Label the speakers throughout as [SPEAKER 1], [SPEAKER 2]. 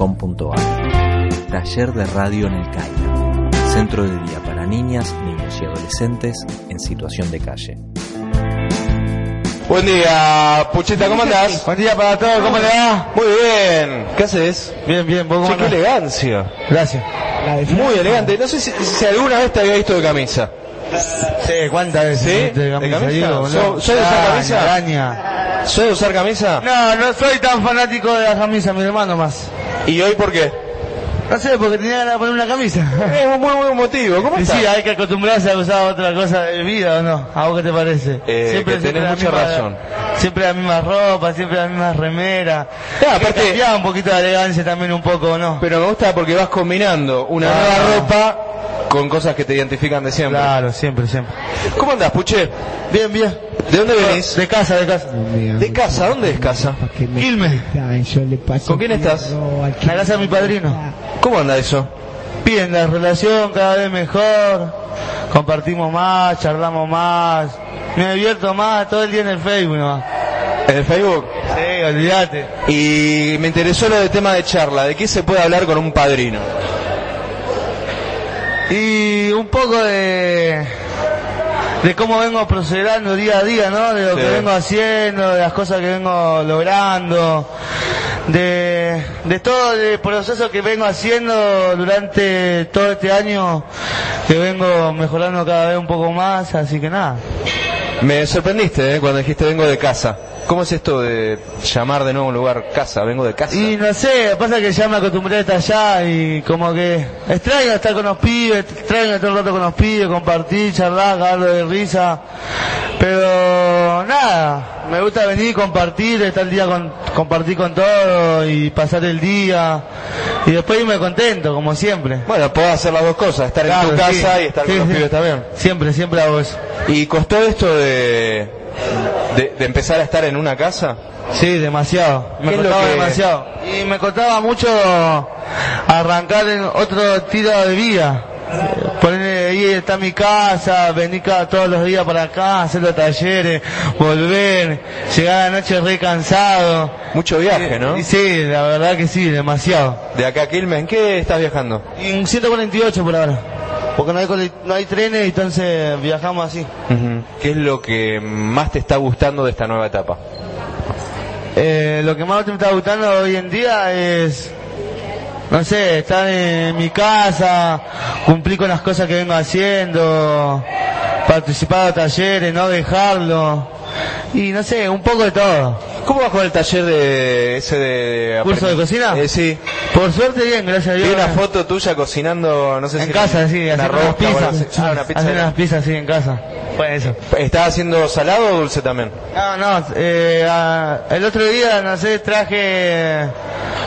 [SPEAKER 1] amplitudsolidaria.com.ar Taller de radio en el CAIA. Centro de día para niñas, niños y adolescentes en situación de calle.
[SPEAKER 2] Buen día, Puchita, ¿cómo andás?
[SPEAKER 3] Buen día para todos, ¿cómo le va?
[SPEAKER 2] Muy bien.
[SPEAKER 3] ¿Qué haces? Bien, bien, ¿vos
[SPEAKER 2] Che,
[SPEAKER 3] cómo
[SPEAKER 2] qué
[SPEAKER 3] andás?
[SPEAKER 2] elegancia.
[SPEAKER 3] Gracias.
[SPEAKER 2] Muy elegante. No sé si, si alguna vez te había visto de camisa.
[SPEAKER 3] Sí, ¿cuántas veces?
[SPEAKER 2] ¿Sí?
[SPEAKER 3] no te
[SPEAKER 2] ¿De
[SPEAKER 3] camisa,
[SPEAKER 2] camisa?
[SPEAKER 3] Diego,
[SPEAKER 2] ¿Sos-
[SPEAKER 3] boludo?
[SPEAKER 2] sos de usar
[SPEAKER 3] Araña,
[SPEAKER 2] camisa?
[SPEAKER 3] araña.
[SPEAKER 2] ¿Suele usar camisa?
[SPEAKER 3] No, no soy tan fanático de la camisa, mi hermano más.
[SPEAKER 2] ¿Y hoy por qué?
[SPEAKER 3] No sé, porque tenía ganas de poner una camisa.
[SPEAKER 2] Es un muy buen motivo. ¿Cómo
[SPEAKER 3] Y
[SPEAKER 2] estás?
[SPEAKER 3] sí, hay que acostumbrarse a usar otra cosa de vida, ¿o no? ¿A vos qué te parece?
[SPEAKER 2] Eh, que tenés
[SPEAKER 3] la
[SPEAKER 2] mucha
[SPEAKER 3] misma-
[SPEAKER 2] razón.
[SPEAKER 3] Siempre la misma ropa, siempre las mismas remeras.
[SPEAKER 2] Ya,
[SPEAKER 3] Hay que
[SPEAKER 2] ah, aparte-
[SPEAKER 3] cambiar un poquito la elegancia también un poco, ¿o no?
[SPEAKER 2] Pero me gusta porque vas combinando una
[SPEAKER 3] Ah.
[SPEAKER 2] nueva ropa con cosas que te identifican de siempre.
[SPEAKER 3] Claro, siempre, siempre.
[SPEAKER 2] ¿Cómo andás, Puche?
[SPEAKER 3] Bien, bien.
[SPEAKER 2] ¿De dónde venís?
[SPEAKER 3] De casa, de casa.
[SPEAKER 2] ¿De casa? ¿Dónde es casa?
[SPEAKER 3] Quilmes.
[SPEAKER 2] ¿Con quién estás?
[SPEAKER 3] La casa de mi padrino.
[SPEAKER 2] ¿Cómo anda eso?
[SPEAKER 3] Bien, la relación cada vez mejor. Compartimos más, charlamos más. Me divierto más todo el día en el Facebook nomás.
[SPEAKER 2] ¿En el Facebook?
[SPEAKER 3] Sí, olvídate.
[SPEAKER 2] Y me interesó lo del tema de charla. ¿De qué se puede hablar con un padrino?
[SPEAKER 3] Y un poco de de cómo vengo procediendo día a día, ¿no? De lo
[SPEAKER 2] Sí.
[SPEAKER 3] que vengo haciendo, de las cosas que vengo logrando, de, de todo el proceso que vengo haciendo durante todo este año, que vengo mejorando cada vez un poco más, así que nada.
[SPEAKER 2] Me sorprendiste ¿eh? cuando dijiste vengo de casa. ¿Cómo es esto de llamar de nuevo a un lugar casa? Vengo de casa.
[SPEAKER 3] Y no sé, pasa que ya me acostumbré a estar allá y como que extraño estar con los pibes, extraño estar un rato con los pibes, compartir, charlar, cagarlo de risa. Pero nada, me gusta venir, compartir, estar el día con, compartir con todo y pasar el día y después irme contento, como siempre.
[SPEAKER 2] Bueno, podés hacer las dos cosas, estar en
[SPEAKER 3] Claro,
[SPEAKER 2] tu
[SPEAKER 3] sí.
[SPEAKER 2] casa y estar
[SPEAKER 3] Sí,
[SPEAKER 2] con los
[SPEAKER 3] sí.
[SPEAKER 2] pibes también.
[SPEAKER 3] Siempre, siempre hago eso.
[SPEAKER 2] ¿Y costó esto de, de, de empezar a estar en una casa?
[SPEAKER 3] Sí, demasiado. Me
[SPEAKER 2] ¿Qué es lo
[SPEAKER 3] costaba
[SPEAKER 2] que-
[SPEAKER 3] demasiado. Y me costaba mucho arrancar en otro tiro de vida. Poner ahí está mi casa, venir cada, todos los días para acá, hacer los talleres, volver, llegar a la noche re cansado.
[SPEAKER 2] Mucho viaje, ¿no?
[SPEAKER 3] Y sí, la verdad que sí, demasiado.
[SPEAKER 2] De acá a Quilmes, ¿en qué estás viajando?
[SPEAKER 3] Y un 148 por ahora. Porque no hay, cole- no hay trenes, entonces viajamos así.
[SPEAKER 2] ¿Qué es lo que más te está gustando de esta nueva etapa?
[SPEAKER 3] Eh, lo que más me está gustando hoy en día es, no sé, estar en mi casa, cumplir con las cosas que vengo haciendo, participar de talleres, no dejarlo, y no sé, un poco de todo.
[SPEAKER 2] ¿Cómo vas con el taller de ese de...
[SPEAKER 3] ¿Curso de cocina?
[SPEAKER 2] Eh, sí.
[SPEAKER 3] Por suerte bien, gracias a
[SPEAKER 2] Vi
[SPEAKER 3] Dios.
[SPEAKER 2] una foto tuya cocinando, no sé si...
[SPEAKER 3] en
[SPEAKER 2] era
[SPEAKER 3] casa, sí,
[SPEAKER 2] una
[SPEAKER 3] hacer unas
[SPEAKER 2] rosca o algo
[SPEAKER 3] pizzas.
[SPEAKER 2] así. Ah, una pizza
[SPEAKER 3] Hacer
[SPEAKER 2] era.
[SPEAKER 3] unas pizzas, sí, en casa. Bueno, eso.
[SPEAKER 2] ¿Estás haciendo salado o dulce también?
[SPEAKER 3] No, no, eh, ah, el otro día, no sé, traje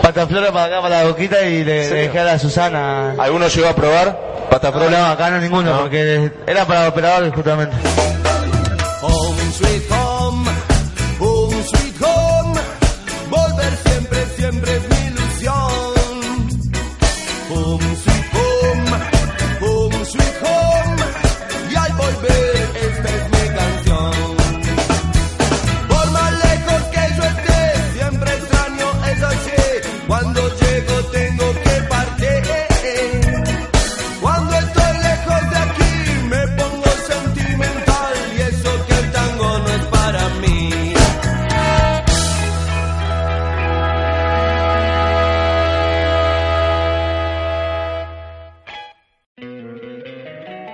[SPEAKER 3] pataflora para acá, para la boquita y le,
[SPEAKER 2] serio?
[SPEAKER 3] le dejé a la Susana.
[SPEAKER 2] ¿Alguno llegó a probar? Pata
[SPEAKER 3] No, no,
[SPEAKER 2] frola.
[SPEAKER 3] acá no ninguno,
[SPEAKER 2] No.
[SPEAKER 3] porque era para operadores justamente.
[SPEAKER 4] Home sweet home, home sweet home, volver siempre, siempre es mi ilusión. Home sweet home, home sweet home, y al volver esta es mi canción. Por más lejos que yo esté, siempre extraño esa che, cuando llego tengo que partir. Cuando estoy lejos de aquí me pongo sentimental y eso que el tango no es para mí.